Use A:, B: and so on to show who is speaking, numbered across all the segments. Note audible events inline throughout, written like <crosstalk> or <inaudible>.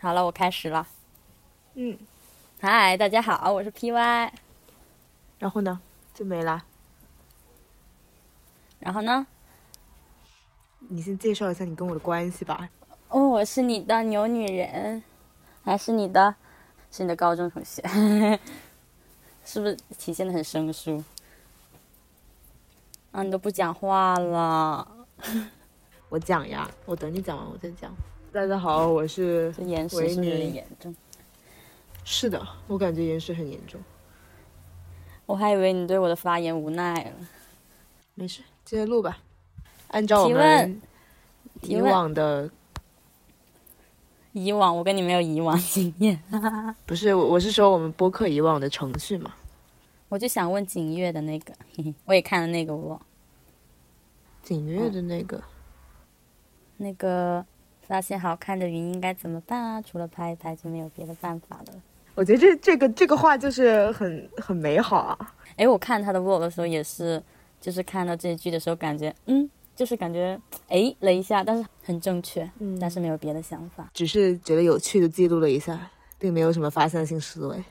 A: 好了，我开始了。
B: 嗯，
A: 嗨，大家好，我是 PY。
B: 然后呢，就没了。
A: 然后呢？
B: 你先介绍一下你跟我的关系吧。
A: 哦，我是你的牛女人，还是你的，是你的高中同学， <laughs> 是不是体现的很生疏？啊，你都不讲话了，
B: 我讲呀，我等你讲完我再讲。大家好，我是
A: 这延时
B: 维
A: 是不是
B: 尼
A: 很严重？
B: 是的，我感觉延时很严重。
A: 我还以为你对我的发言无奈了。
B: 没事，接着录吧。按照我
A: 提问
B: 们
A: 提
B: 以
A: 问
B: 往的，
A: 以往我跟你没有以往经验，
B: 不是我，我是说我们播客以往的程序嘛。
A: 我就想问景月的那个， <laughs> 嘿嘿，我也看了那个我
B: 景月的那个，
A: 那个发现好看的云应该怎么办啊？除了拍一拍就没有别的办法了。
B: 我觉得这这个这个话就是很很美好啊。
A: 哎，我看他的 vlog 的时候也是，就是看到这一句的时候，感觉嗯，就是感觉哎了一下，但是很正确，
B: 嗯
A: 但是没有别的想法。
B: 只是觉得有趣就记录了一下，并没有什么发散性思维。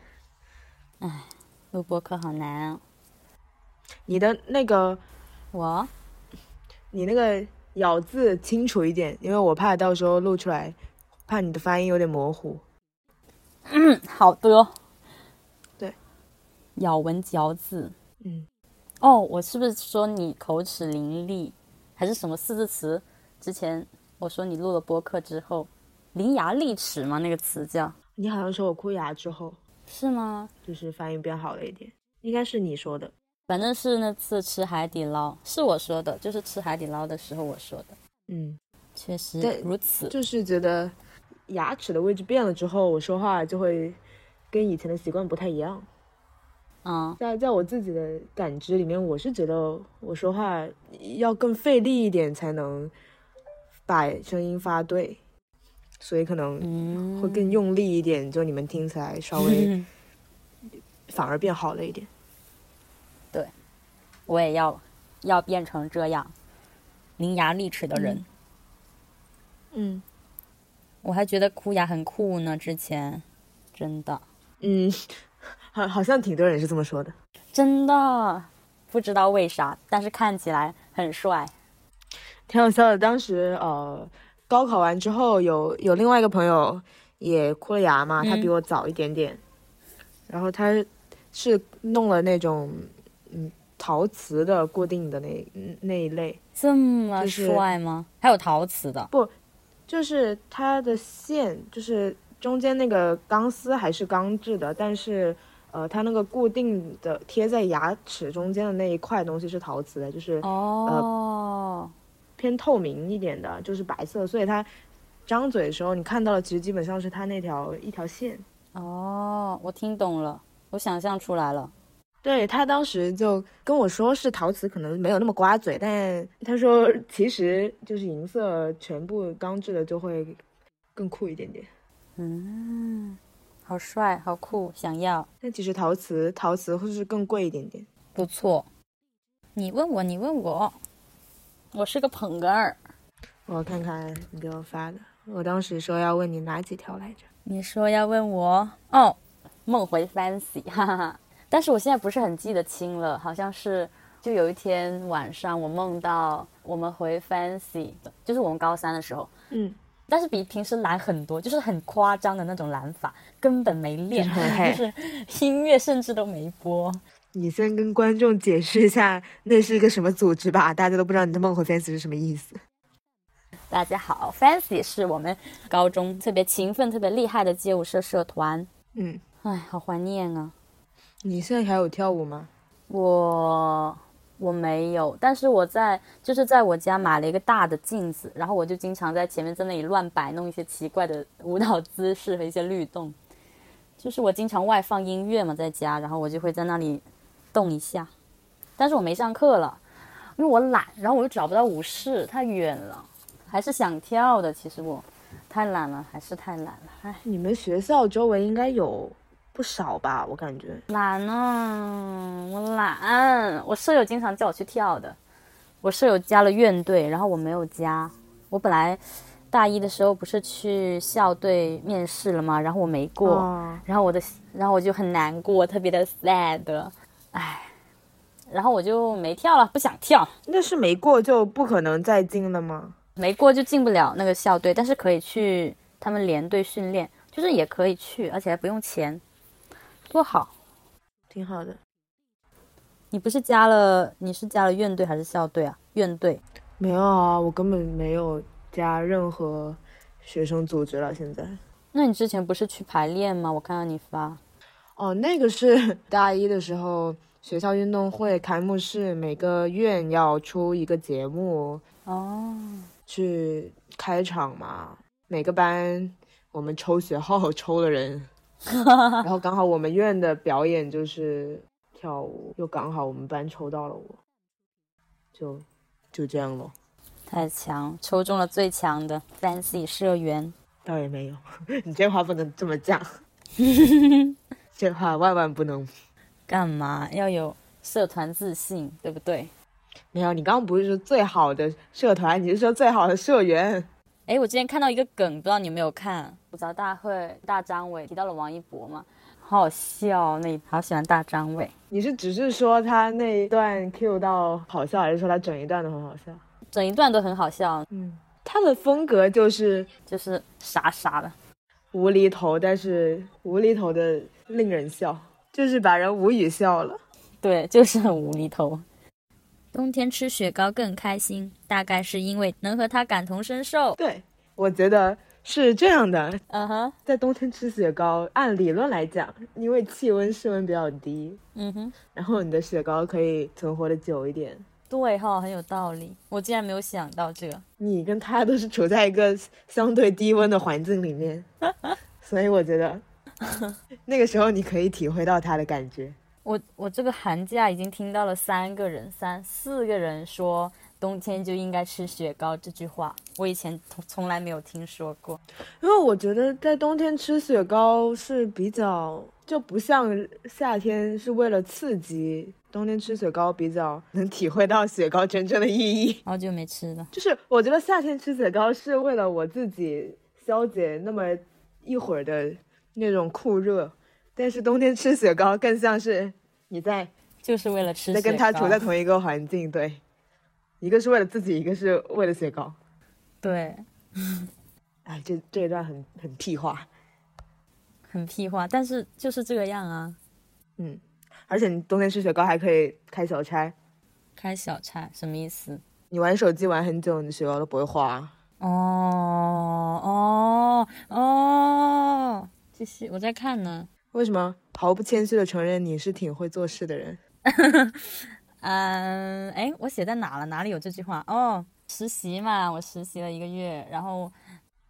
A: 录播课好难啊！
B: 你的那个
A: 我
B: 你那个咬字清楚一点，因为我怕到时候录出来，怕你的发音有点模糊。
A: 嗯好的，
B: 对，
A: 咬文嚼字。
B: 嗯，
A: 哦，我是不是说你口齿伶俐，还是什么四字词？之前我说你录了播客之后，伶牙俐齿吗？那个词叫
B: 你好像说我哭牙之后，
A: 是吗？
B: 就是发音变好了一点，应该是你说的。
A: 反正是那次吃海底捞，是我说的，就是吃海底捞的时候我说的，
B: 嗯，
A: 确实
B: 对
A: 如此。
B: 就是觉得牙齿的位置变了之后，我说话就会跟以前的习惯不太一样。
A: 嗯，
B: 在在我自己的感知里面，我是觉得我说话要更费力一点才能把声音发对，所以可能
A: 嗯
B: 会更用力一点，就你们听起来稍微反而变好了一点。
A: 我也要要变成这样伶牙俐齿的人。
B: 嗯
A: 我还觉得哭牙很酷呢，之前真的
B: 嗯，好，好像挺多人是这么说的。
A: 真的不知道为啥，但是看起来很帅。
B: 挺好笑的。当时呃，高考完之后有有另外一个朋友也哭了牙嘛，
A: 嗯
B: 他比我早一点点，然后他是弄了那种嗯陶瓷的固定的那嗯那一类，
A: 这么
B: 就是
A: 帅吗？还有陶瓷的，
B: 就是它的线就是中间那个钢丝还是钢制的，但是。呃，它那个固定的贴在牙齿中间的那一块东西是陶瓷的，就是
A: 哦，
B: 偏透明一点的，就是白色，所以它张嘴的时候你看到的其实基本上是它那条一条线。
A: 哦，我听懂了，我想象出来了。
B: 对他当时就跟我说是陶瓷，可能没有那么刮嘴，但他说其实就是银色全部钢制的就会更酷一点点。
A: 嗯，好帅，好酷，想要，
B: 但其实陶瓷陶瓷会是更贵一点点。
A: 不错。你问我，你问我，我是个捧哏儿。
B: 我看看你给我发的，我当时说要问你哪几条来着？
A: 你说要问我哦，梦回 fancy，哈哈哈。但是我现在不是很记得清了，好像是就有一天晚上我梦到我们回 fancy，就是我们高三的时候，
B: 嗯，
A: 但是比平时懒很多，就是很夸张的那种懒法，根本没练，
B: 就是很嗨
A: 就是音乐甚至都没播。
B: 你先跟观众解释一下那是一个什么组织吧，大家都不知道你的梦回 fans 是什么意思。
A: 大家好，Fancy 是我们高中特别勤奋、特别厉害的街舞社社团。
B: 嗯，
A: 哎，好怀念啊！
B: 你现在还有跳舞吗？
A: 我我没有，但是我在就是在我家买了一个大的镜子，然后我就经常在前面在那里乱摆弄一些奇怪的舞蹈姿势和一些律动。就是我经常外放音乐嘛，在家，然后我就会在那里动一下。但是我没上课了，因为我懒，然后我又找不到舞室，太远了，还是想跳的。其实我太懒了，还是太懒了，唉。
B: 你们学校周围应该有不少吧？我感觉。
A: 懒啊，我懒。我舍友经常叫我去跳的，我舍友加了院队，然后我没有加。我本来大一的时候不是去校队面试了吗？然后我没过，
B: 哦
A: 然后我的，然后我就很难过，特别的 sad，唉，然后我就没跳了，不想跳，
B: 那是没过就不可能再进了吗？
A: 没过就进不了那个校队，但是可以去他们连队训练，就是也可以去，而且还不用钱，多好！
B: 挺好的，
A: 你不是加了，你是加了院队还是校队啊？院队
B: 没有啊，我根本没有加任何学生组织了。现在
A: 那你之前不是去排练吗？我看到你发，
B: 哦，那个是 <laughs> 大一的时候学校运动会开幕式，每个院要出一个节目
A: 哦，
B: 去开场嘛，每个班我们抽学号抽的人，然后刚好我们院的表演就是跳舞，又刚好我们班抽到了我，就就这样咯。
A: 太强，抽中了最强的 fancy 社员。 <laughs>
B: 倒也没有， <laughs> 你这话不能这么讲，这话万万不能。
A: 干嘛要有社团自信，对不对？
B: 没有，你刚刚不是说最好的社团，你是说最好的社员。
A: 诶，我之前看到一个梗，不知道你有没有看吐槽大会，大张伟提到了王一博嘛，好好笑哦那一好喜欢大张伟，
B: 你是只是说他那一段 Q 到好笑，还是说他整一段都很好笑？
A: 整一段都很好笑，
B: 嗯，他的风格就是
A: 就是傻傻的。
B: 无厘头，但是无厘头的令人笑，就是把人无语笑了。
A: 对，就是很无厘头。冬天吃雪糕更开心，大概是因为能和它感同身受。
B: 对，我觉得是这样的，
A: 嗯哼，
B: 在冬天吃雪糕，按理论来讲，因为气温室温比较低，
A: 嗯哼，
B: 然后你的雪糕可以存活的久一点。
A: 对哈、很有道理。我竟然没有想到这个。
B: 你跟他都是处在一个相对低温的环境里面，所以我觉得那个时候你可以体会到他的感觉。
A: 我我这个寒假已经听到了三个人、三四个人说冬天就应该吃雪糕这句话，我以前从从来没有听说过。
B: 因为我觉得在冬天吃雪糕是比较，就不像夏天是为了刺激，冬天吃雪糕比较能体会到雪糕真正的意义。
A: 好久没吃了，
B: 就是我觉得夏天吃雪糕是为了我自己消解那么一会儿的那种酷热，但是冬天吃雪糕更像是你在
A: 就是为了吃
B: 在
A: 雪糕。
B: 跟他处在同一个环境，对，一个是为了自己，一个是为了雪糕。
A: 对，
B: 哎，这这一段很很屁话，
A: 很屁话，但是就是这个样啊。
B: 嗯，而且你冬天吃雪糕还可以开小差，
A: 开小差什么意思？
B: 你玩手机玩很久，你雪糕都不会化。
A: 哦哦哦，继续，我在看呢。
B: 为什么？毫不谦虚的承认你是挺会做事的人。
A: 嗯，哎，我写在哪了？哪里有这句话？哦，实习嘛，我实习了一个月，然后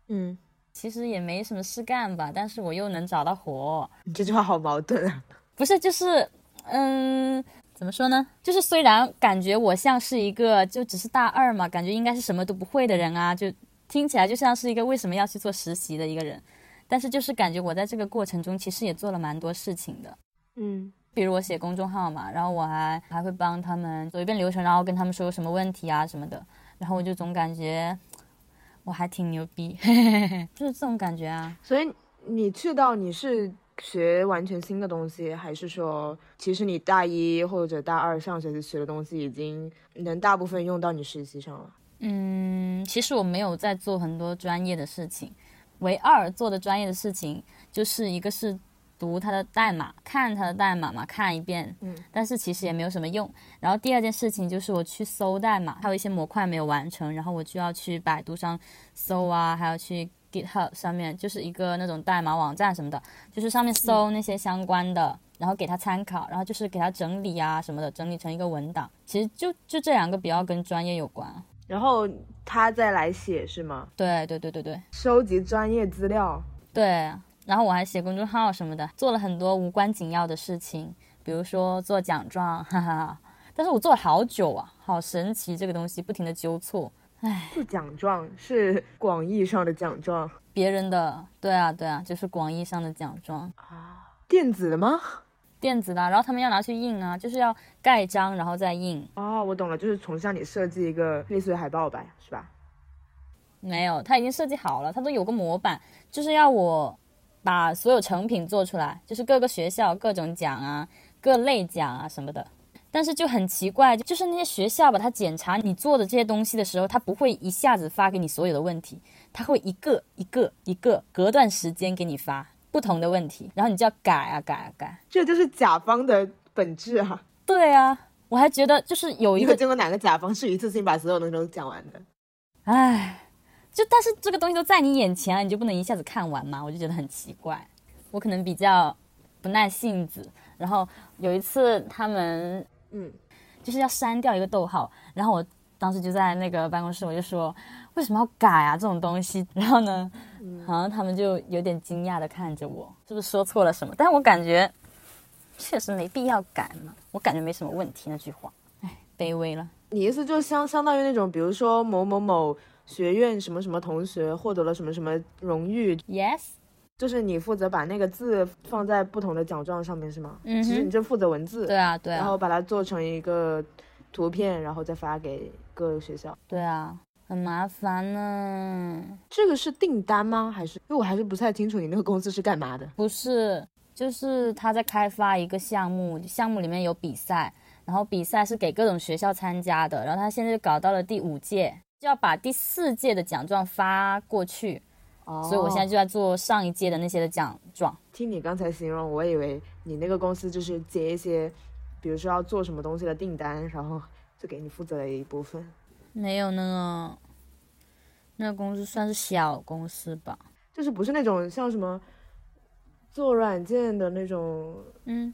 B: 嗯，
A: 其实也没什么事干吧，但是我又能找到活，
B: 你这句话好矛盾啊。
A: 不是就是，嗯，怎么说呢？就是虽然感觉我像是一个就只是大二嘛，感觉应该是什么都不会的人啊，就听起来就像是一个为什么要去做实习的一个人，但是就是感觉我在这个过程中其实也做了蛮多事情的。
B: 嗯
A: 比如我写公众号嘛，然后我还还会帮他们走一遍流程，然后跟他们说有什么问题啊什么的，然后我就总感觉我还挺牛逼， <laughs> 就是这种感觉啊。
B: 所以你去到你是学完全新的东西，还是说其实你大一或者大二上学期学的东西已经能大部分用到你实习上了？
A: 嗯，其实我没有在做很多专业的事情，唯二做的专业的事情就是一个是读它的代码，看它的代码嘛，看一遍，
B: 嗯，
A: 但是其实也没有什么用。然后第二件事情就是我去搜代码，还有一些模块没有完成，然后我就要去百度上搜啊，还要去 GitHub 上面，就是一个那种代码网站什么的，就是上面搜那些相关的，然后给他参考，然后就是给他整理啊什么的，整理成一个文档。其实就就这两个比较跟专业有关。啊
B: 然后他再来写是吗？
A: 对对对对对
B: 收集专业资料。
A: 对，然后我还写公众号什么的，做了很多无关紧要的事情，比如说做奖状，哈哈哈。但是我做了好久啊，好神奇，这个东西不停的纠错
B: 不奖状是广义上的奖状
A: 别人的，对啊对啊，就是广义上的奖状，
B: 电子的吗？
A: 电子的啊，然后他们要拿去印啊，就是要盖章然后再印，
B: 哦，我懂了，就是从向你设计一个类似于海报吧，是吧？
A: 没有，他已经设计好了，他都有个模板，就是要我把所有成品做出来，就是各个学校各种奖啊、各类奖啊什么的。但是就很奇怪，就是那些学校吧，他检查你做的这些东西的时候，他不会一下子发给你所有的问题，他会一个一个一个隔段时间给你发不同的问题，然后你就要改啊改啊改。
B: 这就是甲方的本质啊！
A: 对啊，我还觉得就是有
B: 你
A: 一
B: 有
A: 个，
B: 见过哪个甲方是一次性把所有东西都讲完的？
A: 唉，就但是这个东西都在你眼前啊，你就不能一下子看完嘛？我就觉得很奇怪。我可能比较不耐性子，然后有一次他们
B: 嗯，
A: 就是要删掉一个逗号，然后我当时就在那个办公室，我就说为什么要改啊这种东西？然后呢，好像他们就有点惊讶的看着我，是不是说错了什么？但我感觉确实没必要改嘛，我感觉没什么问题那句话，唉，卑微了。
B: 你意思就相相当于那种，比如说某某某学院什么什么同学获得了什么什么荣誉，
A: Yes，
B: 就是你负责把那个字放在不同的奖状上面是吗？
A: 嗯哼
B: 其实你就负责文字，
A: 对啊，对
B: 然后
A: 啊，
B: 把它做成一个图片，然后再发给各个学校。
A: 对啊，很麻烦呢、
B: 这个是订单吗？还是因为我还是不太清楚你那个公司是干嘛的？
A: 不是，就是他在开发一个项目，项目里面有比赛，然后比赛是给各种学校参加的，然后他现在就搞到了第五届，就要把第四届的奖状发过去，
B: 哦
A: 所以我现在就在做上一届的那些的奖状。
B: 听你刚才形容，我以为你那个公司就是接一些，比如说要做什么东西的订单，然后就给你负责了一部分。 <laughs>
A: 没有那个，那个公司算是小公司吧？
B: 就是不是那种像什么做软件的那种
A: 嗯，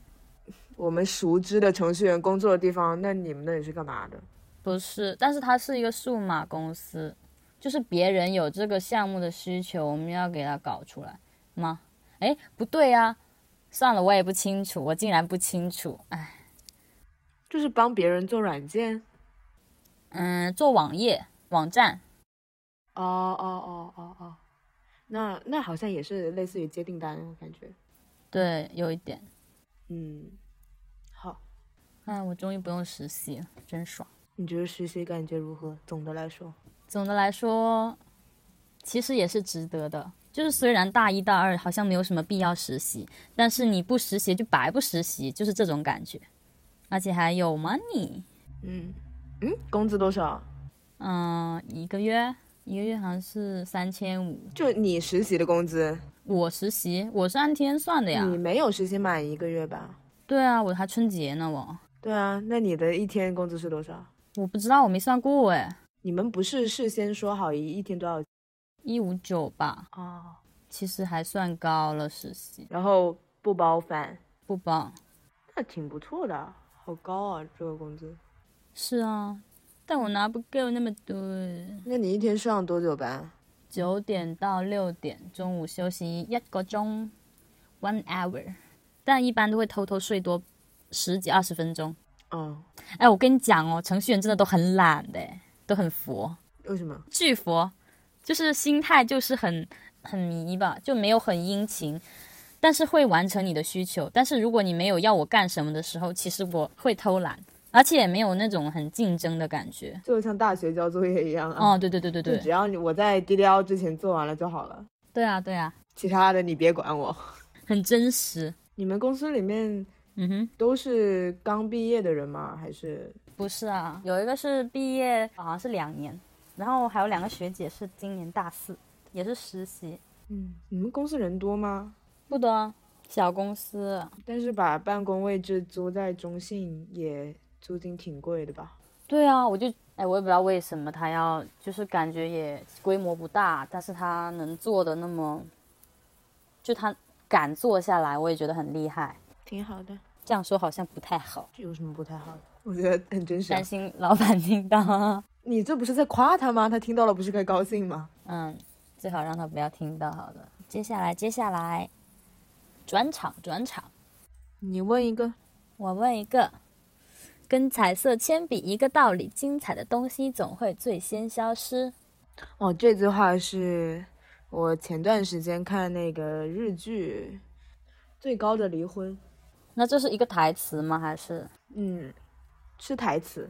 B: 我们熟知的程序员工作的地方，那你们那里是干嘛的？
A: 不是，但是它是一个数码公司，就是别人有这个项目的需求，我们要给它搞出来吗？哎，不对呀、算了，我也不清楚，我竟然不清楚，哎，
B: 就是帮别人做软件。
A: 嗯，做网页网站，
B: 哦哦哦哦哦，那那好像也是类似于接订单，我感觉。
A: 对，有一点，
B: 嗯，好，
A: 哎，我终于不用实习了，真爽。
B: 你觉得实习感觉如何？总的来说，
A: 总的来说，其实也是值得的。就是虽然大一、大二好像没有什么必要实习，但是你不实习就白不实习，就是这种感觉，而且还有 money。
B: 嗯嗯，工资多少？
A: 嗯，一个月，一个月好像是三千五。
B: 就你实习的工资，
A: 我实习，我是按天算的呀。
B: 你没有实习满一个月吧？
A: 对啊，我还春节呢，我
B: 对啊，那你的一天工资是多少？
A: 我不知道，我没算过哎，
B: 你们不是事先说好一一天多少钱？
A: 一五九吧，
B: 哦，
A: 其实还算高了，实习
B: 然后不包饭，
A: 不包。
B: 那挺不错的，好高啊，这个工资。
A: 是啊，但我拿不够那么多。
B: 那你一天上多久班？
A: 九点到六点，中午休息一个钟，one hour，但一般都会偷偷睡多十几二十分钟。
B: 哦，
A: 哎，我跟你讲哦，程序员真的都很懒的，都很佛。
B: 为什么？
A: 巨佛，就是心态就是很很迷吧，就没有很殷勤，但是会完成你的需求。但是如果你没有要我干什么的时候，其实我会偷懒，而且也没有那种很竞争的感觉。
B: 就像大学交作业一样啊。
A: 哦，对对对对
B: 就只
A: 嗯对，
B: 要你我在 DDL 之前做完了就好了，
A: 对啊对啊，
B: 其他的你别管我。
A: 很真实。
B: 你们公司里面
A: 嗯哼，
B: 都是刚毕业的人吗？还是
A: 不是啊，有一个是毕业好像是两年，然后还有两个学姐是今年大四，也是实习，
B: 嗯，你们公司人多吗？
A: 不多，啊小公司。
B: 但是把办公位置租在中信也租金挺贵的吧？
A: 对啊，我就哎，我也不知道为什么他要，就是感觉也规模不大，但是他能做的那么，就他敢做下来，我也觉得很厉害。
B: 挺好的，
A: 这样说好像不太好，
B: 这有什么不太好的？我觉得很真实啊、
A: 担心老板听到。 <laughs>
B: 你这不是在夸他吗？他听到了不是该高兴吗？
A: 嗯，最好让他不要听到好了。接下来，接下来，转场，转场。
B: 你问一个，
A: 我问一个，跟彩色铅笔一个道理，精彩的东西总会最先消失。
B: 哦，这句话是我前段时间看那个日剧《最高的离婚》，
A: 那这是一个台词吗？还是？
B: 嗯，是台词，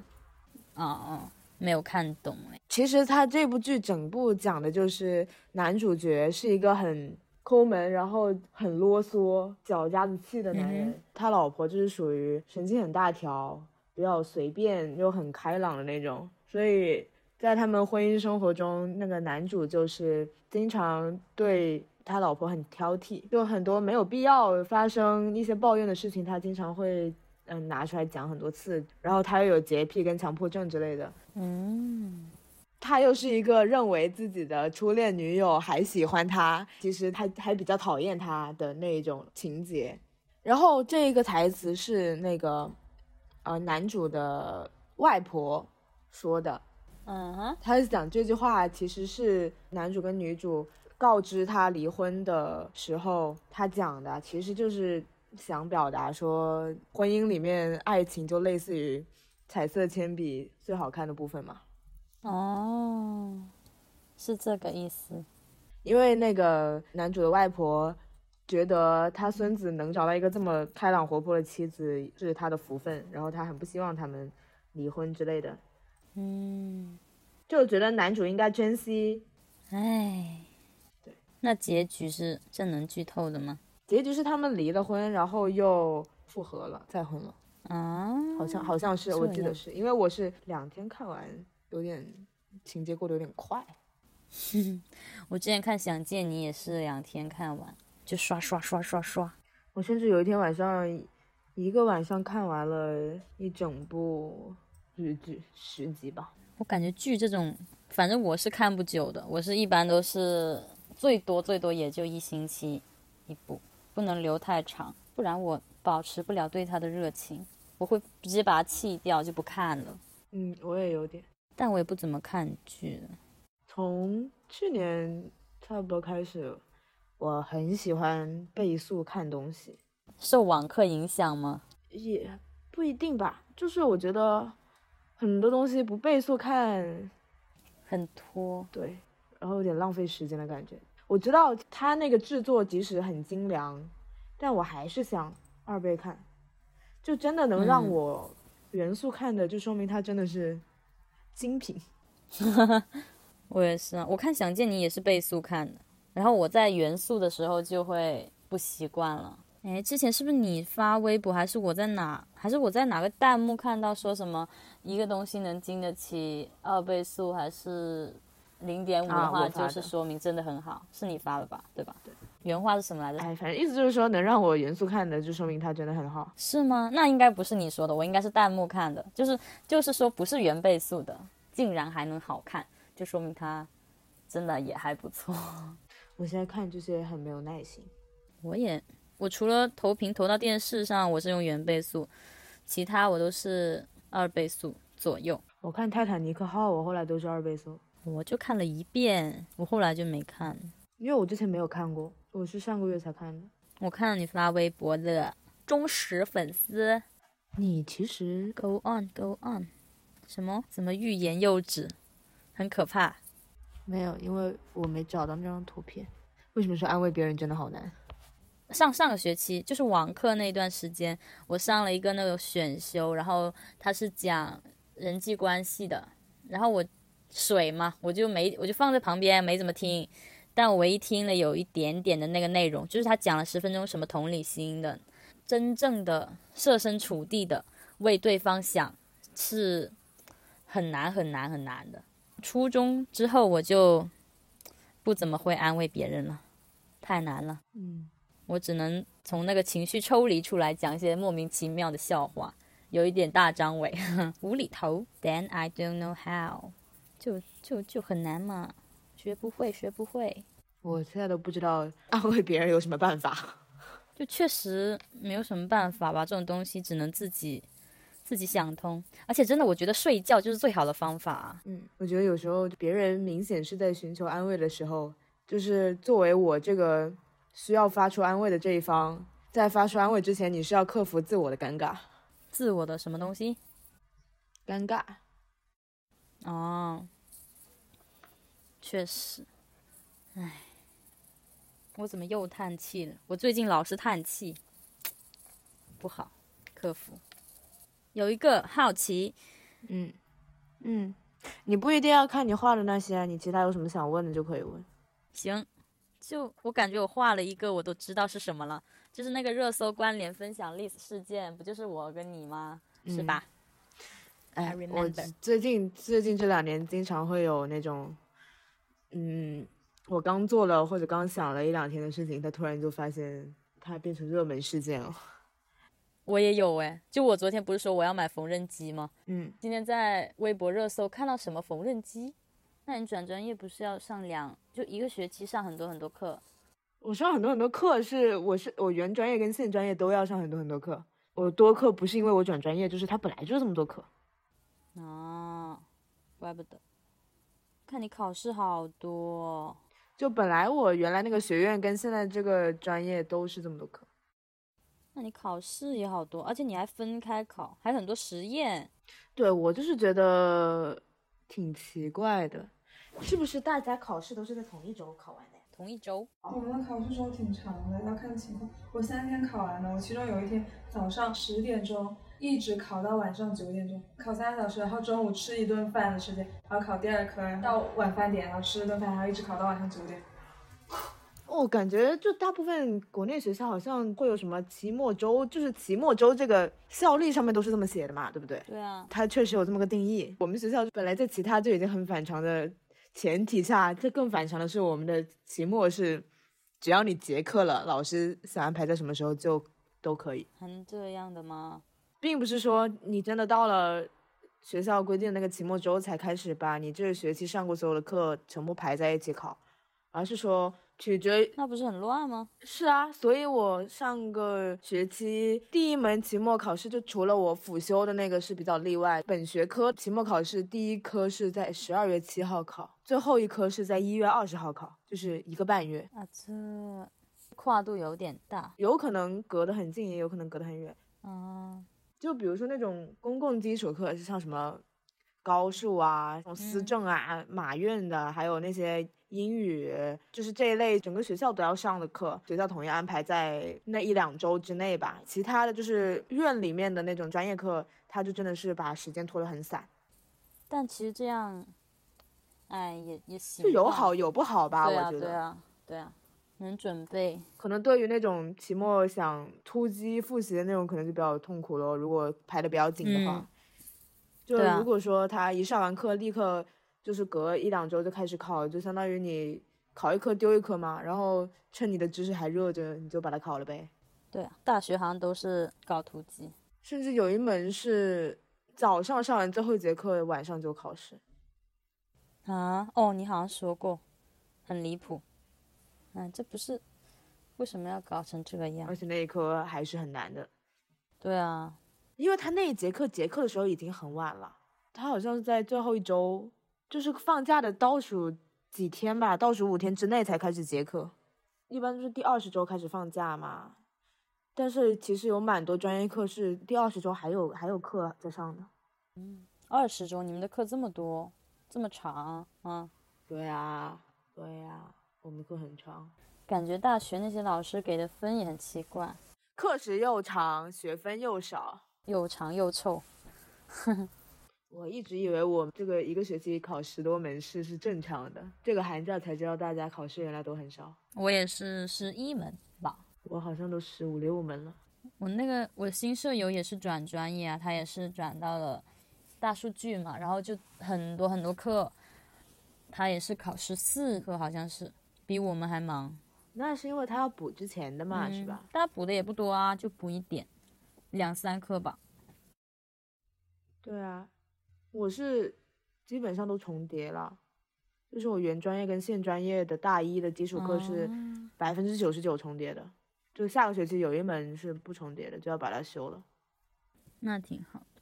A: 哦哦，没有看懂哎。
B: 其实他这部剧整部讲的就是男主角是一个很抠门，然后很啰嗦、脚丫子气的男人。
A: 嗯哼
B: 他老婆就是属于神经很大条、比较随便又很开朗的那种，所以在他们婚姻生活中，那个男主就是经常对。他老婆很挑剔，就很多没有必要发生一些抱怨的事情，他经常会嗯拿出来讲很多次。然后他又有洁癖跟强迫症之类的，
A: 嗯，
B: 他又是一个认为自己的初恋女友还喜欢他，其实他还比较讨厌他的那一种情节。然后这一个台词是那个，呃，男主的外婆说的，
A: 嗯哼，
B: 他是讲这句话其实是男主跟女主告知他离婚的时候他讲的，其实就是想表达说，婚姻里面爱情就类似于彩色铅笔最好看的部分嘛。
A: 哦，是这个意思。
B: 因为那个男主的外婆觉得他孙子能找到一个这么开朗活泼的妻子是他的福分，然后他很不希望他们离婚之类的，
A: 嗯，
B: 就觉得男主应该珍惜。
A: 哎，
B: 对，
A: 那结局是这能剧透的吗？
B: 结局是他们离了婚，然后又复合了，再婚了，
A: 啊，
B: 好像好像是，
A: 这
B: 我记得
A: 样
B: 是因为我是两天看完，有点情节过得有点快。
A: <laughs> 我之前看《想见你》也是两天看完，就刷刷刷刷刷。
B: 我甚至有一天晚上，一个晚上看完了一整部日剧，十集吧。
A: 我感觉剧这种，反正我是看不久的，我是一般都是最多最多也就一星期一部，不能留太长，不然我保持不了对它的热情，我会直接把它弃掉就不看了。
B: 嗯，我也有点。
A: 但我也不怎么看剧的，
B: 从去年差不多开始，我很喜欢倍速看东西，
A: 受网课影响吗？
B: 也不一定吧。就是我觉得很多东西不倍速看，
A: 很拖，
B: 对，然后有点浪费时间的感觉。我知道它那个制作即使很精良，但我还是想二倍看，就真的能让
A: 嗯
B: 我原速看的，就说明它真的是精品。
A: 我也是啊，我看《想见你》也是倍速看的，然后我在原速的时候就会不习惯了。哎，之前是不是你发微博，还是我在哪，还是我在哪个弹幕看到说什么一个东西能经得起二倍速还是零点五的
B: 啊
A: 话，
B: 我发
A: 就
B: 的
A: 是说明真的很好，是你发的吧？对吧？原话是什么来着？
B: 哎，反正意思就是说，能让我原速看的，就说明它真的很好。
A: 是吗？那应该不是你说的，我应该是弹幕看的，就是就是说不是原倍速的，竟然还能好看，就说明它真的也还不错。
B: 我现在看这些很没有耐心。
A: <laughs> 我也，我除了投屏投到电视上，我是用原倍速，其他我都是二倍速左右。
B: 我看《泰坦尼克号》，我后来都是二倍速，
A: 我就看了一遍，我后来就没看。
B: 因为我之前没有看过，我是上个月才看的。
A: 我看了你发微博的忠实粉丝
B: 你其实
A: ，Go on Go on，什么什么欲言又止，很可怕。
B: 没有，因为我没找到那张图片。为什么说安慰别人真的好难？
A: 上上个学期就是网课那段时间，我上了一个那个选修，然后它是讲人际关系的，然后我水嘛，我就没我就放在旁边没怎么听，但我唯一听了有一点点的那个内容，就是他讲了十分钟什么同理心的，真正的设身处地的为对方想是很难很难很难的。初中之后我就不怎么会安慰别人了，太难了。
B: 嗯，
A: 我只能从那个情绪抽离出来，讲一些莫名其妙的笑话，有一点大张伟， <laughs> 无厘头。Then I don't know how，就就就很难嘛，学不会，学不会，
B: 我现在都不知道 <laughs> 安慰别人有什么办法。
A: 就确实没有什么办法吧。这种东西只能自己自己想通，而且真的，我觉得睡觉就是最好的方法啊、
B: 嗯，我觉得有时候别人明显是在寻求安慰的时候，就是作为我这个需要发出安慰的这一方，在发出安慰之前，你是要克服自我的尴尬。
A: 自我的什么东西
B: 尴尬，
A: 哦，确实，唉，我怎么又叹气了？我最近老是叹气，不好克服。有一个好奇，
B: 嗯嗯，你不一定要看你画的那些，啊你其他有什么想问的就可以问。
A: 行，就我感觉我画了一个，我都知道是什么了，就是那个热搜关联分享 list 事件，不就是我跟你吗？是吧？
B: 哎
A: I，remember
B: 我最近最近这两年经常会有那种，嗯，我刚做了或者刚想了一两天的事情，它突然就发现它变成热门事件了。
A: 我也有哎，就我昨天不是说我要买缝纫机吗？
B: 嗯，
A: 今天在微博热搜看到什么缝纫机？那你转专业不是要上两就一个学期上很多很多课？
B: 我上很多很多课是，我是我原专业跟现专业都要上很多很多课。我多课不是因为我转专业，就是它本来就这么多课。
A: 啊，怪不得。看你考试好多，
B: 就本来我原来那个学院跟现在这个专业都是这么多课。
A: 那你考试也好多，而且你还分开考，还有很多实验。
B: 对我就是觉得挺奇怪的，是不是大家考试都是在同一周考完的呀？
A: 同一周，
C: 哦我们的考试时候挺长的，要看情况。我三天考完了，我其中有一天早上十点钟一直考到晚上九点钟，考三个小时，然后中午吃一顿饭的时间，然后考第二科，然后到晚饭点，然后吃一顿饭，然后一直考到晚上九点。
B: 我哦感觉就大部分国内学校好像会有什么期末周，就是期末周这个校历上面都是这么写的嘛，对不对？
A: 对啊，
B: 它确实有这么个定义。我们学校本来在其他就已经很反常的前提下，这更反常的是我们的期末是，只要你结课了，老师想安排在什么时候就都可以，
A: 还能这样的吗？
B: 并不是说你真的到了学校规定的那个期末周才开始把你这个学期上过所有的课全部排在一起考，而是说取决于
A: 那不是很乱吗？
B: 是啊，所以我上个学期第一门期末考试，就除了我辅修的那个是比较例外，本学科期末考试第一科是在十二月七号考，最后一科是在一月二十号考，就是一个半月，
A: 啊，这跨度有点大
B: 有可能隔得很近，也有可能隔得很远。
A: 啊。
B: 就比如说那种公共基础课，是像什么高数啊、这种思
A: 嗯
B: 政啊、马院的，还有那些英语，就是这一类整个学校都要上的课，学校统一安排在那一两周之内吧。其他的就是院里面的那种专业课，它就真的是把时间拖得很散，
A: 但其实这样，哎，也也行
B: 就
A: 吧，
B: 有好有不好吧。
A: 对啊，
B: 我觉
A: 对
B: 得、
A: 啊，对啊，能准备
B: 可能对于那种期末想突击复习的那种，可能就比较痛苦咯。如果排的比较紧的话。
A: 嗯
B: 就
A: 对啊
B: 如果说他一上完课立刻就是隔一两周就开始考，就相当于你考一科丢一科嘛，然后趁你的知识还热着，你就把它考了呗。
A: 对啊，大学好像都是搞突击，
B: 甚至有一门是早上上完最后一节课，晚上就考试。
A: 啊，哦，你好像说过，很离谱。嗯、这不是为什么要搞成这个样
B: 而？且那一科还是很难的，
A: 对啊，
B: 因为他那一节课结课的时候已经很晚了，他好像是在最后一周，就是放假的倒数几天吧，倒数五天之内才开始结课，一般就是第二十周开始放假嘛。但是其实有蛮多专业课是第二十周还有还有课在上的。
A: 二十周，你们的课这么多，这么长啊，
B: 对啊，对啊，我们课很长，
A: 感觉大学那些老师给的分也很奇怪，
B: 课时又长，学分又少。
A: 又长又臭。
B: 我一直以为我这个一个学期考十多门试是正常的，这个寒假才知道大家考试原来都很少。
A: 我也是是一门吧，
B: 我好像都十五六门了。
A: 我那个我新舍友也是转专业啊，他也是转到了大数据嘛，然后就很多很多课，他也是考十四课，好像是比我们还忙。嗯
B: 那是因为他要补之前的嘛，是吧？
A: 大家补的也不多啊，就补一点，两三科吧。
B: 对啊，我是基本上都重叠了，就是我原专业跟现专业的大一的基础课是
A: 哦
B: 百分之九十九重叠的，就下个学期有一门是不重叠的，就要把它修了。
A: 那挺好的。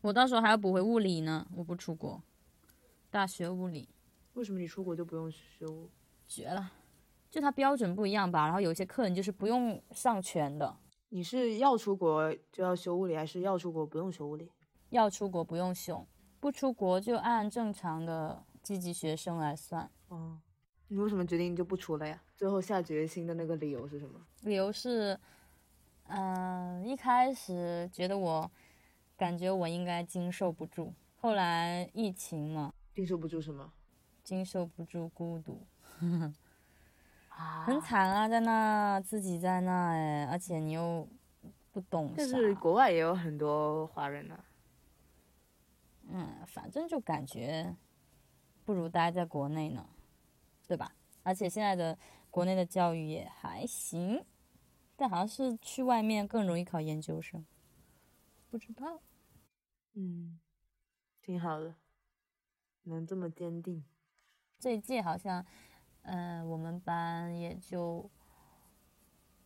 A: 我到时候还要补回物理呢，我不出国，大学物理
B: 为什么你出国就不用修？
A: 绝了，就它标准不一样吧。然后有一些课你就是不用上全的，
B: 你是要出国就要修物理，还是要出国不用修物理？
A: 要出国不用修，不出国就按正常的积极学生来算。
B: 哦，你为什么决定就不出了呀？最后下决心的那个理由是什么？
A: 理由是，嗯、一开始觉得我感觉我应该经受不住，后来疫情嘛，
B: 经受不住什么？
A: 经受不住孤独，
B: 啊
A: 很惨啊，在那自己在那哎，而且你又不懂
D: 但
A: 啥，
D: 是国外也有很多华人
B: 啊
D: 呢、
A: 嗯，反正就感觉不如待在国内呢，对吧？而且现在的国内的教育也还行，但好像是去外面更容易考研究生，不知道。
B: 嗯，挺好的，能这么坚定。
A: 这一届好像，呃，我们班也就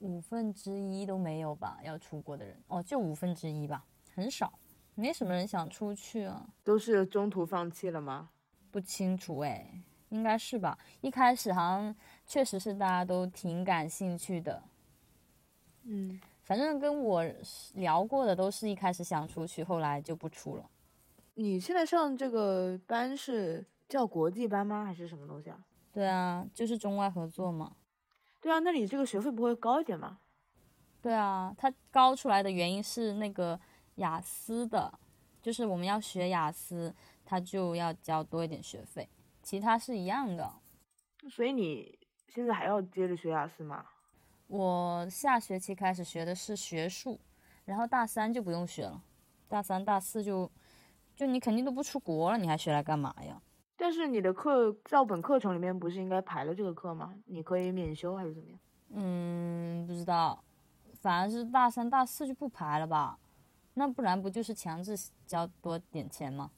A: 五分之一都没有吧，要出国的人哦，就五分之一吧，很少，没什么人想出去啊。
B: 都是中途放弃了吗？
A: 不清楚哎，应该是吧。一开始好像确实是大家都挺感兴趣的，
B: 嗯，
A: 反正跟我聊过的都是一开始想出去，后来就不出了。
B: 你现在上这个班是叫国际班吗？还是什么东西啊？
A: 对啊，就是中外合作嘛。
B: 对啊，那你这个学费不会高一点吗？
A: 对啊，它高出来的原因是那个雅思的，就是我们要学雅思，它就要交多一点学费，其他是一样的。
B: 所以你现在还要接着学雅思吗？
A: 我下学期开始学的是学术，然后大三就不用学了，大三大四就就你肯定都不出国了，你还学来干嘛呀？
B: 但是你的课照本课程里面不是应该排了这个课吗？你可以免修还是怎么样？
A: 嗯，不知道，反正是大三大四就不排了吧，那不然不就是强制交多点钱吗？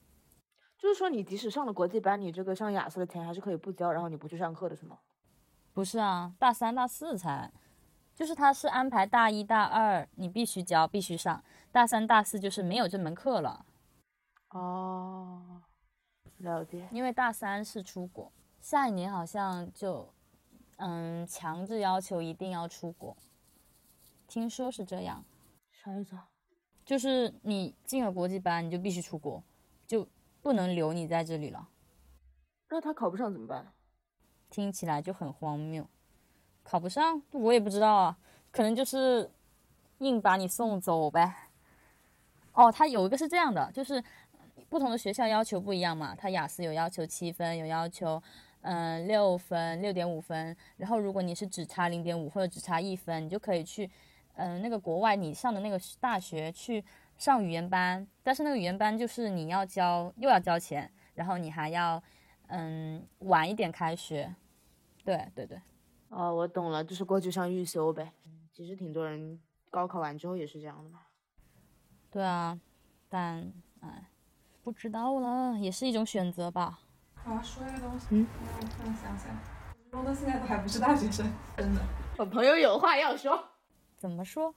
B: 就是说你即使上了国际班，你这个上雅思的钱还是可以不交，然后你不去上课的是吗？
A: 不是啊，大三、大四才，就是他是安排大一、大二你必须教、必须上，大三、大四就是没有这门课了，
B: 哦，了解。
A: 因为大三是出国，下一年好像就，嗯，强制要求一定要出国，听说是这样，
B: 啥意思啊？
A: 就是你进了国际班你就必须出国，就不能留你在这里了，
B: 那他考不上怎么办？
A: 听起来就很荒谬，考不上我也不知道啊，可能就是硬把你送走呗。哦，他有一个是这样的，就是不同的学校要求不一样嘛。他雅思有要求七分，有要求嗯六、分、六点五分。然后如果你是只差零点五或者只差一分，你就可以去嗯、呃那个国外你上的那个大学去上语言班。但是那个语言班就是你要交又要交钱，然后你还要嗯晚一点开学。对对对，
B: 哦，我懂了，就是过去上预修呗。其实挺多人高考完之后也是这样的嘛。
A: 对啊，但哎，不知道了，也是一种选择吧。
C: 啊，说一个东西，让我突然想起来，我到现在都还不是大学生，真的，
D: 我朋友有话要说，
A: 怎么说？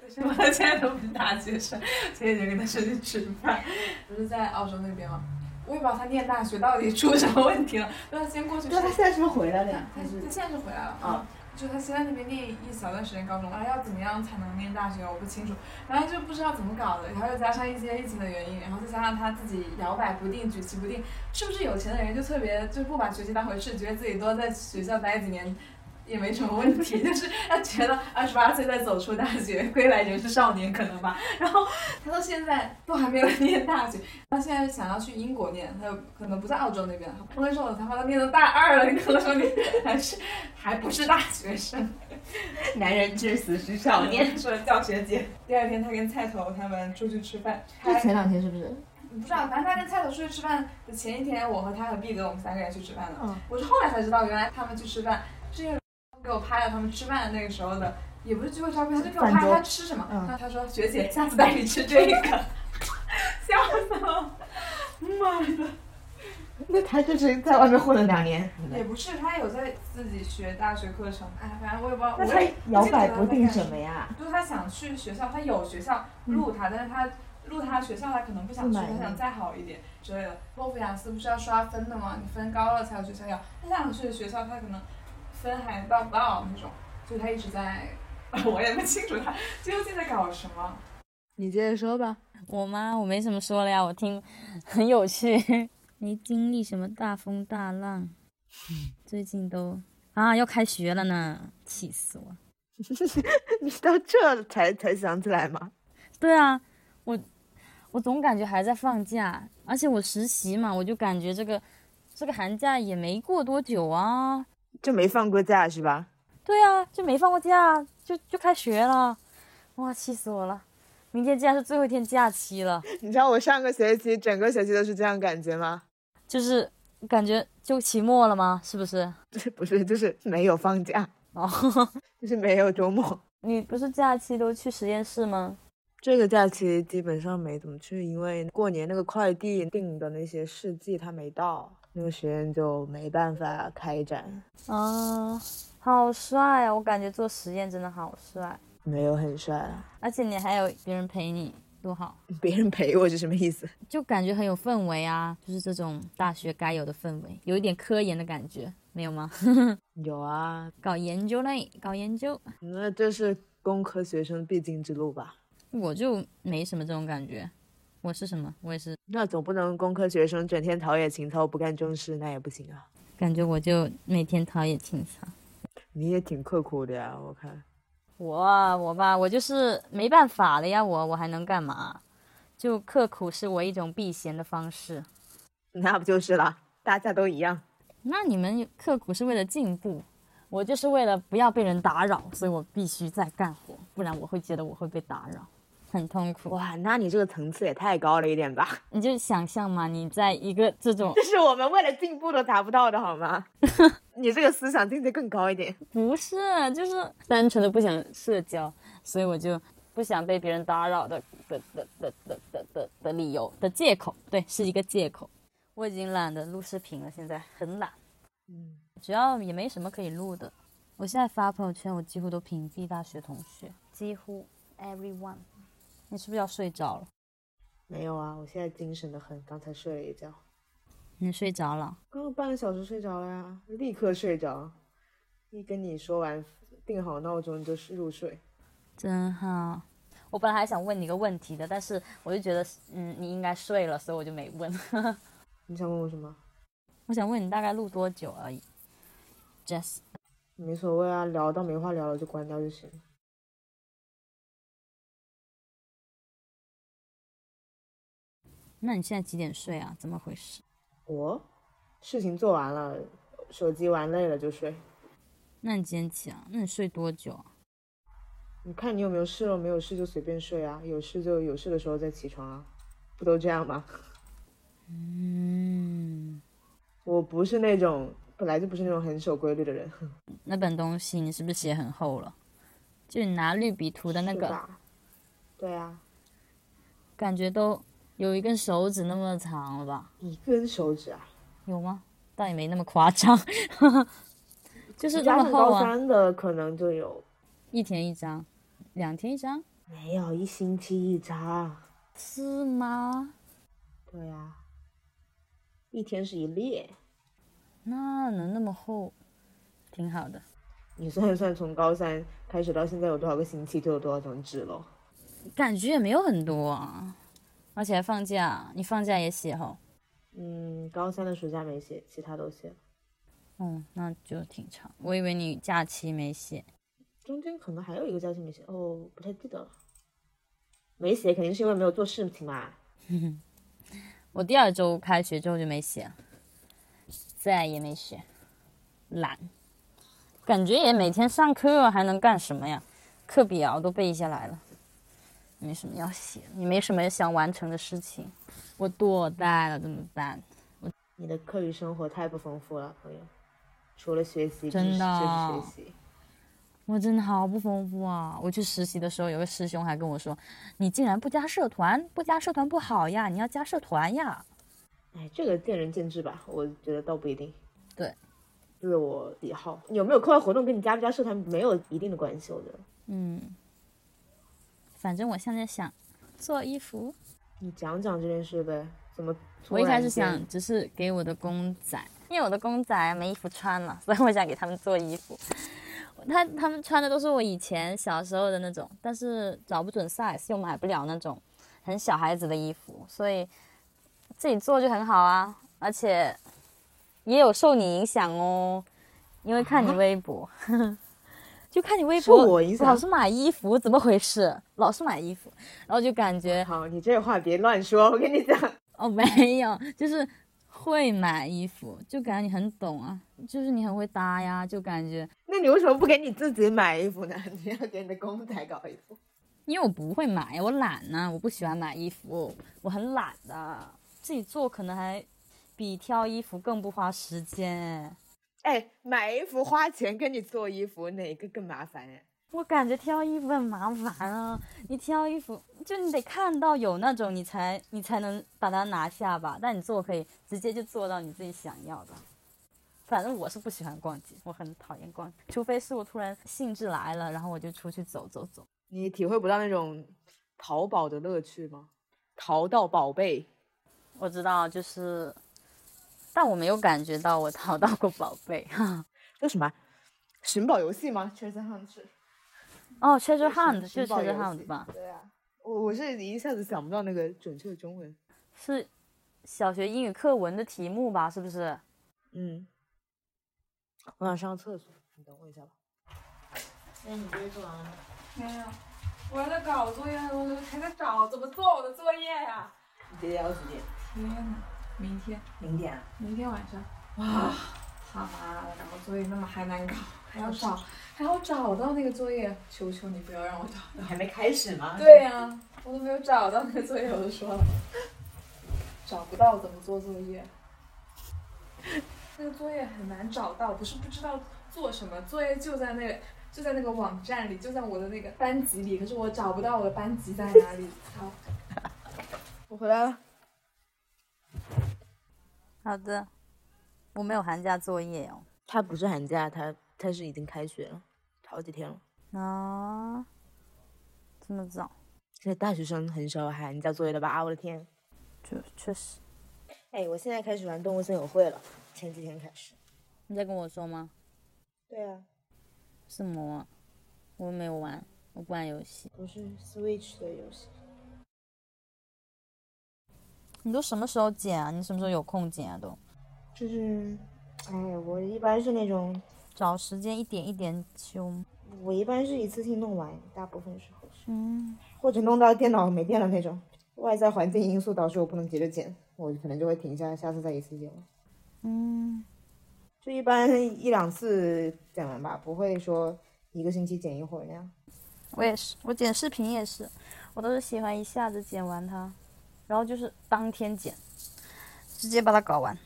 C: 就是我到现在都不是大学生。前几天跟他出去吃饭，不是在澳洲那边吗？我也不知道他念大学到底出什么问题了，让他先过去吃饭。
B: 在是不是回来了
C: 他他现在是回来了
B: 啊，
C: 就他现在那边念一小段时间高中，然后要怎么样才能念大学，我不清楚，然后就不知道怎么搞的，然后又加上一些疫情的原因，然后再加上他自己摇摆不定、举棋不定，是不是有钱的人就特别就不把学习当回事，觉得自己多在学校待几年。也没什么问题， <laughs> 就是他觉得二十八岁再走出大学，归来仍是少年，可能吧。然后他到现在都还没有 <laughs> 念大学，他现在想要去英国念，他可能不在澳洲那边。我跟你说，我他妈都念到大二了，你跟我说你还是还不是大学生？
D: <laughs> 男人至死是少年。
C: <laughs> 说叫学姐。第二天他跟菜头他们出去吃饭，
B: 就
C: 他
B: 前两天是不是？
C: 不知道，反正他跟菜头出去吃饭的前一天，我和他和毕哥我们三个人去吃饭的。
B: 嗯
C: 我是后来才知道，原来他们去吃饭是因为给我拍了他们吃饭的那个时候的，也不是聚会照片，他就给我
B: 饭
C: 拍
B: 桌
C: 他吃什么。
B: 嗯
C: 他他说学姐，下次带你吃这个， <laughs> 笑死我！妈的。
B: 嗯那他就是在外面混了两年，
C: 也不是，他有在自己学大学课程，哎，反正我也不知道。
B: 那
C: 我
B: 他
C: 也
B: 摇摆不定什么呀？
C: 就是他想去学校，他有学校录他，但是他录他学校，他可能不想去，
B: 不满意
C: 他想再好一点之类的。托福雅思不是要刷分的吗？你分高了才有学校要。他想去的学校，他可能分还到不到那种，所以他一直在，我也不清楚他究竟在搞什么。
B: 你接着说吧。
A: 我吗？我没什么说了呀，我听 <laughs> 很有趣。 <laughs> 没经历什么大风大浪，最近都啊要开学了呢，气死我！
B: <laughs> 你到这才才想起来吗？
A: 对啊，我我总感觉还在放假，而且我实习嘛，我就感觉这个这个寒假也没过多久啊。
B: 就没放过假是吧？ <laughs>
A: 对啊，就没放过假，就就开学了，哇，气死我了！明天竟然是最后一天假期了，
B: 你知道我上个学期整个学期都是这样感觉吗？ <laughs>
A: 就是感觉就期末了吗？是不是？
B: 就是不是就是没有放假，
A: 哦， <laughs>
B: 就是没有周末。 <laughs>
A: 你不是假期都去实验室吗？
B: 这个假期基本上没怎么去，因为过年那个快递订的那些试剂它没到，那个实验就没办法开展。
A: 啊，好帅啊！我感觉做实验真的好帅，
B: 没有很帅啊， <laughs>
A: 而且你还有别人陪你，多好，
B: 别人陪我是什么意思？
A: 就感觉很有氛围啊，就是这种大学该有的氛围，有一点科研的感觉，没有吗？
B: 有啊，
A: 搞研究类，搞研究，
B: 那这是工科学生必经之路吧？
A: 我就没什么这种感觉。我是什么？我也是，
B: 那总不能工科学生整天陶冶情操不干正事，那也不行啊。
A: 感觉我就每天陶冶情操。
B: 你也挺刻苦的呀，我看。 <laughs>
A: 我啊我吧，我就是没办法了呀，我我还能干嘛？就刻苦是我一种避嫌的方式。
B: 那不就是啦？大家都一样。
A: 那你们刻苦是为了进步，我就是为了不要被人打扰，所以我必须在干活，不然我会觉得我会被打扰，很痛苦。
B: 哇，那你这个层次也太高了一点吧？
A: 你就想象嘛，你在一个这种
B: 这是我们为了进步都达不到的好吗？你这个思想境界更高一点。
A: 不是，就是单纯的不想社交，所以我就不想被别人打扰的的的的的的的的理由的借口，对，是一个借口。我已经懒得录视频了，现在很懒，
B: 嗯，
A: 主要也没什么可以录的。我现在发朋友圈，我几乎都屏蔽大学同学，几乎 everyone。你是不是要睡着了？
B: 没有啊，我现在精神的很，刚才睡了一觉，
A: 你睡着了？
B: 刚刚半个小时睡着了呀，立刻睡着。一跟你说完，定好闹钟就入睡。
A: 真好。我本来还想问你一个问题的，但是我就觉得，嗯，你应该睡了，所以我就没问。
B: 你想问我什么？
A: 我想问你大概录多久而已，Jess。
B: 没所谓啊，聊到没话聊了就关掉就行。
A: 那你现在几点睡啊？怎么回事？
B: 我事情做完了，手机玩累了就睡。
A: 那你几点起啊？那你睡多久啊？
B: 你看你有没有事了，没有事就随便睡啊，有事就有事的时候再起床啊，不都这样吗？
A: 嗯，
B: 我不是那种本来就不是那种很守规律的人，
A: 那本东西你是不是写很厚了？就你拿绿笔涂的那
B: 是
A: 个，
B: 吧对啊，
A: 感觉都有一根手指那么长了吧？
B: 一根手指啊，
A: 有吗？倒也没那么夸张， <laughs> 就是那
B: 加
A: 么
B: 上
A: 厚
B: 高
A: 啊，
B: 三的可能就有，
A: 一天一张，两天一张，
B: 没有一星期一张，
A: 是吗？
B: 对啊，一天是一列，
A: 那能那么厚，挺好的。
B: 你算一算从高三开始到现在有多少个星期就有多少张纸咯。
A: 感觉也没有很多啊，而且还放假，你放假也写吼。
B: 嗯，高三的暑假没写，其他都写了，
A: 哦，那就挺长。我以为你假期没写，
B: 中间可能还有一个假期没写，哦，不太记得了，没写肯定是因为没有做事情嘛。
A: 我第二周开学之后就没写了，再也没写，懒，感觉也每天上课还能干什么呀？课表都背下来了，没什么要写，也没什么想完成的事情，我多呆了怎么办？
B: 你的课余生活太不丰富了，朋友，除了学习就
A: 真
B: 是
A: 的
B: 就是学习。
A: 我真的好不丰富啊！我去实习的时候，有个师兄还跟我说：“你竟然不加社团，不加社团不好呀，你要加社团呀。”
B: 哎，这个见仁见智吧，我觉得倒不一定。
A: 对，
B: 自我喜好有没有课外活动跟你加不加社团没有一定的关系，我觉得。
A: 嗯，反正我现在想做衣服，
B: 你讲讲这件事呗，怎么？
A: 我一开始想，只是给我的公仔，因为我的公仔没衣服穿了， <laughs> 所以我想给他们做衣服。他他们穿的都是我以前小时候的那种，但是找不准 size 又买不了那种很小孩子的衣服，所以自己做就很好啊，而且也有受你影响哦，因为看你微
B: <laughs>
A: 博，就看你微博，
B: 受我影响
A: 老是买衣服，怎么回事？老是买衣服，然后就感觉
B: 好，你这话别乱说，我跟你讲， <laughs>
A: 哦，没有，就是会买衣服，就感觉你很懂啊，就是你很会搭呀，就感觉
B: 那你为什么不给你自己买衣服呢？ <laughs> 你要给你的公仔搞衣服？
A: 因为我不会买，我懒呐、我不喜欢买衣服，我很懒的，自己做可能还比挑衣服更不花时间。
B: 哎，买衣服花钱跟你做衣服哪个更麻烦呀？
A: 我感觉挑衣服很麻烦啊，你挑衣服就你得看到有那种你才你才能把它拿下吧，但你做可以直接就做到你自己想要的。反正我是不喜欢逛街，我很讨厌逛，除非是我突然兴致来了，然后我就出去走走走。
B: 你体会不到那种淘宝的乐趣吗？淘到宝贝，
A: 我知道，就是，但我没有感觉到我淘到过宝贝。 <laughs>
B: 这什么啊寻宝游戏吗？Treasure Hunt 是
A: 哦，treasure hunt 就
B: 寻
A: 是
B: 宝
A: treasure
B: 游戏
A: hunt 吧？
B: 对啊，我我是一下子想不到那个准确的中文。
A: 是小学英语课文的题目吧？是不是？
B: 嗯，我想上个厕所，你等我一下吧。那你作业做完了吗？
C: 没有，我还在搞作业，我还在找怎么做我的作业呀、
E: 你几点到几点？
C: 天呐，明天，
E: 零点、啊。
C: 明天晚上，哇，他妈的，然后作业那么还难搞，还要找，还要找到那个作业，求求你不要让我找
E: 你还没开始吗？
C: 对呀、我都没有找到那个作业，我就说了，找不到怎么做作业。那个作业很难找到，不是不知道做什么，作业就在那个就在那个网站里，就在我的那个班级里，可是我找不到我的班级在哪里。操！
B: 我回来了。
A: 好的，我没有寒假作业哦。
B: 他不是寒假，他他是已经开学了，好几天了。
A: 啊，这么早？
B: 现在大学生很少有寒假作业了吧？啊我的天！
A: 确确实。
B: 哎，我现在开始玩动物森友会了，前几天开始。
A: 你在跟我说吗？
B: 对啊，
A: 什么啊？我没有玩，我不玩游戏。
B: 不是 Switch 的游戏。
A: 你都什么时候剪啊？你什么时候有空剪啊？都
B: 就是，哎，我一般是那种，
A: 找时间一点一点修。
B: 我一般是一次性弄完，大部分时候是，
A: 嗯，
B: 或者弄到电脑没电了那种。外在环境因素导致我不能急着剪，我可能就会停下来，下次再一次剪完。
A: 嗯，
B: 就一般一两次剪完吧，不会说一个星期剪一会儿那样。
A: 我也是，我剪视频也是，我都是喜欢一下子剪完它，然后就是当天剪，直接把它搞完。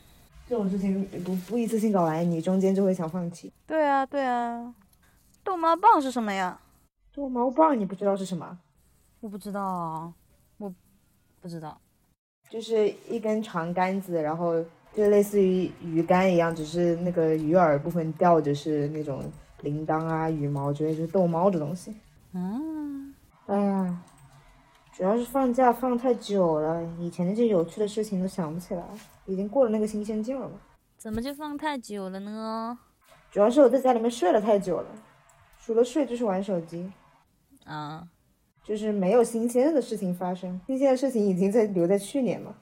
B: 这种事情不不一次性搞完，你中间就会想放弃。
A: 对啊，对啊。逗猫棒是什么呀？
B: 逗猫棒你不知道是什么？
A: 我不知道啊，我不知道。
B: 就是一根长杆子，然后就类似于鱼竿一样，只是那个鱼饵部分吊着是那种铃铛啊、羽毛之类，就是逗猫的东西。
A: 嗯，
B: 哎呀，主要是放假放太久了，以前那些有趣的事情都想不起来，已经过了那个新鲜劲儿了。
A: 怎么就放太久了呢？
B: 主要是我在家里面睡了太久了，除了睡就是玩手机，
A: 啊，
B: 就是没有新鲜的事情发生。新鲜的事情已经在留在去年了。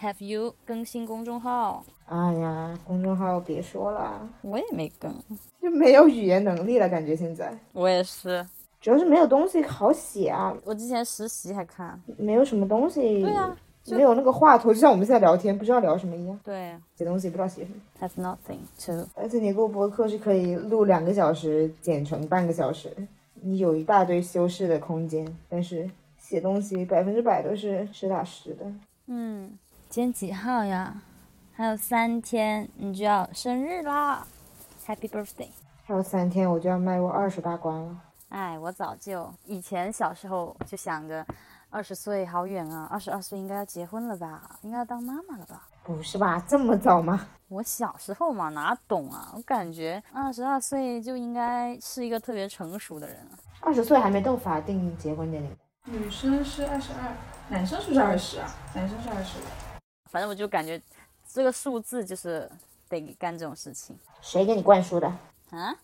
A: Have you 更新公众号？
B: 哎呀，公众号别说了，
A: 我也没更，
B: 就没有语言能力了，感觉现在
A: 我也是。
B: 主要是没有东西好写啊，
A: 我之前实习还看。
B: 没有什么东西，
A: 对啊，
B: 没有那个话头，就像我们现在聊天不知道聊什么一样，
A: 对
B: 写东西不知道写什么。
A: ，Have nothing to。
B: 而且你录播课是可以录两个小时，剪成半个小时，你有一大堆修饰的空间，但是写东西百分之百都是实打实的。
A: 嗯，今天几号呀？还有三天，你就要生日啦！Happy birthday！
B: 还有三天我就要迈入二十大关了，
A: 哎，我早就以前小时候就想着，二十岁好远啊，二十二岁应该要结婚了吧，应该要当妈妈了吧。
B: 不是吧？这么早吗？
A: 我小时候嘛，哪懂啊？我感觉二十二岁就应该是一个特别成熟的人了。
B: 二十岁还没到法定结婚年龄，
C: 女生是二十二，男生是不是二十啊？男生是二十五。
A: 反正我就感觉这个数字就是得干这种事情
B: 谁给你灌输的？
A: 啊？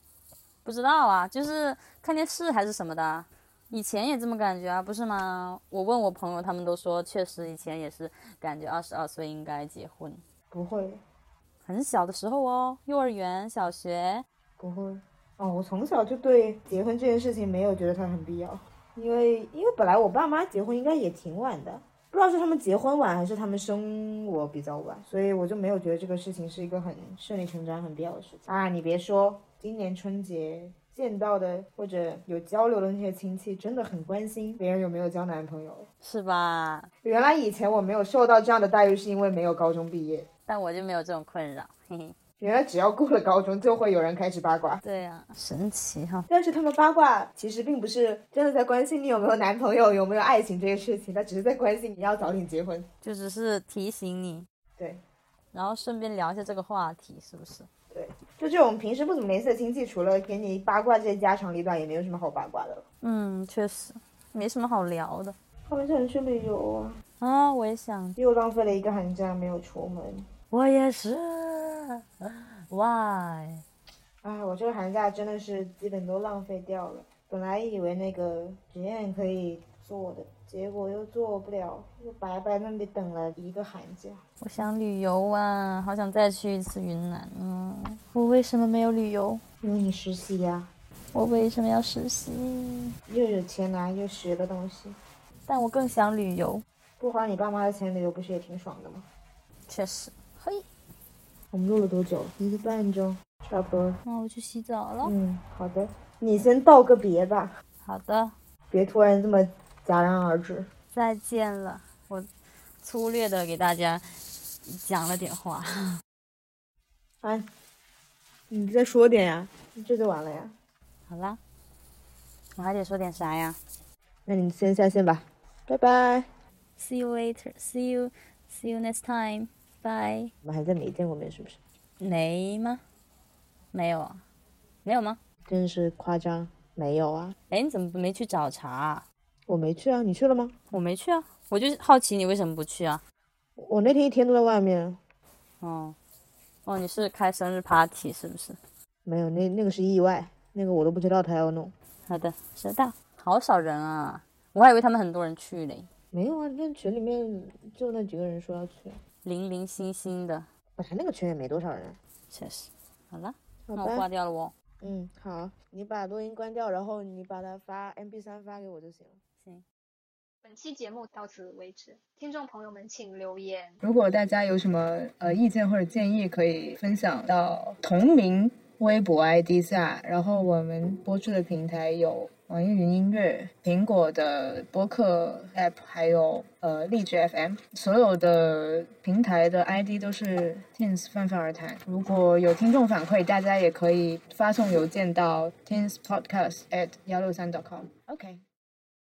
A: 不知道啊，就是看电视还是什么的啊。以前也这么感觉啊，不是吗？我问我朋友，他们都说确实以前也是感觉二十二岁应该结婚。
B: 不会，
A: 很小的时候哦，幼儿园、小学，
B: 不会。哦，我从小就对结婚这件事情没有觉得它很必要，因为因为本来我爸妈结婚应该也挺晚的，不知道是他们结婚晚还是他们生我比较晚，所以我就没有觉得这个事情是一个很顺理成章、很必要的事情啊。你别说，今年春节见到的或者有交流的那些亲戚，真的很关心别人有没有交男朋友。
A: 是吧？
B: 原来以前我没有受到这样的待遇，是因为没有高中毕业。
A: 但我就没有这种困扰，嘿嘿。
B: 原来只要过了高中，就会有人开始八卦。
A: 对啊呀、神奇哈、
B: 但是他们八卦其实并不是真的在关心你有没有男朋友、有没有爱情这个事情，他只是在关心你要早点结婚。
A: 就只是提醒你，
B: 对，
A: 然后顺便聊一下这个话题，是不是？
B: 就这种平时不怎么联系的亲戚，除了给你八卦这些家长里短，也没有什么好八卦的了。
A: 嗯，确实没什么好聊的
B: 他们想去旅游啊，
A: 啊。我也想，
B: 又浪费了一个寒假没有出门。
A: 我也是。Why？
B: 哎，我这个寒假真的是基本都浪费掉了。本来以为那个实验可以做的，结果又做不了，又白白那里等了一个寒假。
A: 我想旅游啊，好想再去一次云南啊！我为什么没有旅游？
B: 因为你实习呀、
A: 我为什么要实习？
B: 又有钱拿又学的东西，
A: 但我更想旅游，
B: 不花你爸妈的钱旅游不是也挺爽的吗？
A: 确实。嘿，
B: 我们录了多久？一个半钟，差不多。
A: 那我去洗澡了。
B: 嗯，好的，你先道个别吧，
A: 好的，
B: 别突然这么戛然而止。
A: 再见了。我粗略的给大家讲了点话。
B: 哎，你再说点呀、这就完了呀。
A: 好啦，我还得说点啥呀
B: 那你先下线吧，拜拜。
A: ？See you later. See you. See you next time. Bye.
B: 我们还在没见过面是不是？
A: 没吗？没有啊？没有吗？
B: 真是夸张，没有啊，
A: 哎，你怎么没去找茬啊？
B: 我没去啊，你去了吗？
A: 我没去啊，我就好奇你为什么不去啊？
B: 我那天一天都在外面，
A: 哦，哦，你是开生日 party 是不是？
B: 没有，那那个是意外，那个我都不知道他要弄。
A: 好的，收到。好少人啊，我还以为他们很多人去嘞，
B: 没有啊，那群里面就那几个人说要去，
A: 零零星星的，
B: 本来那个群也没多少人。啊
A: 确实。好了，
B: 好
A: 那我挂
B: 吧，
A: 掉了哦。
B: 嗯，好，你把录音关掉，然后你把它发 MP 三发给我就行了。
F: 本期节目到此为止，听众朋友们请留言。
G: 如果大家有什么呃意见或者建议，可以分享到同名微博 ID 下。然后我们播出的平台有网易云音乐、苹果的播客 App，还有呃荔枝 FM。所有的平台的 ID 都是 Teens 泛泛而谈。如果有听众反馈，大家也可以发送邮件到 teenspodcast at 幺六三 .com。OK，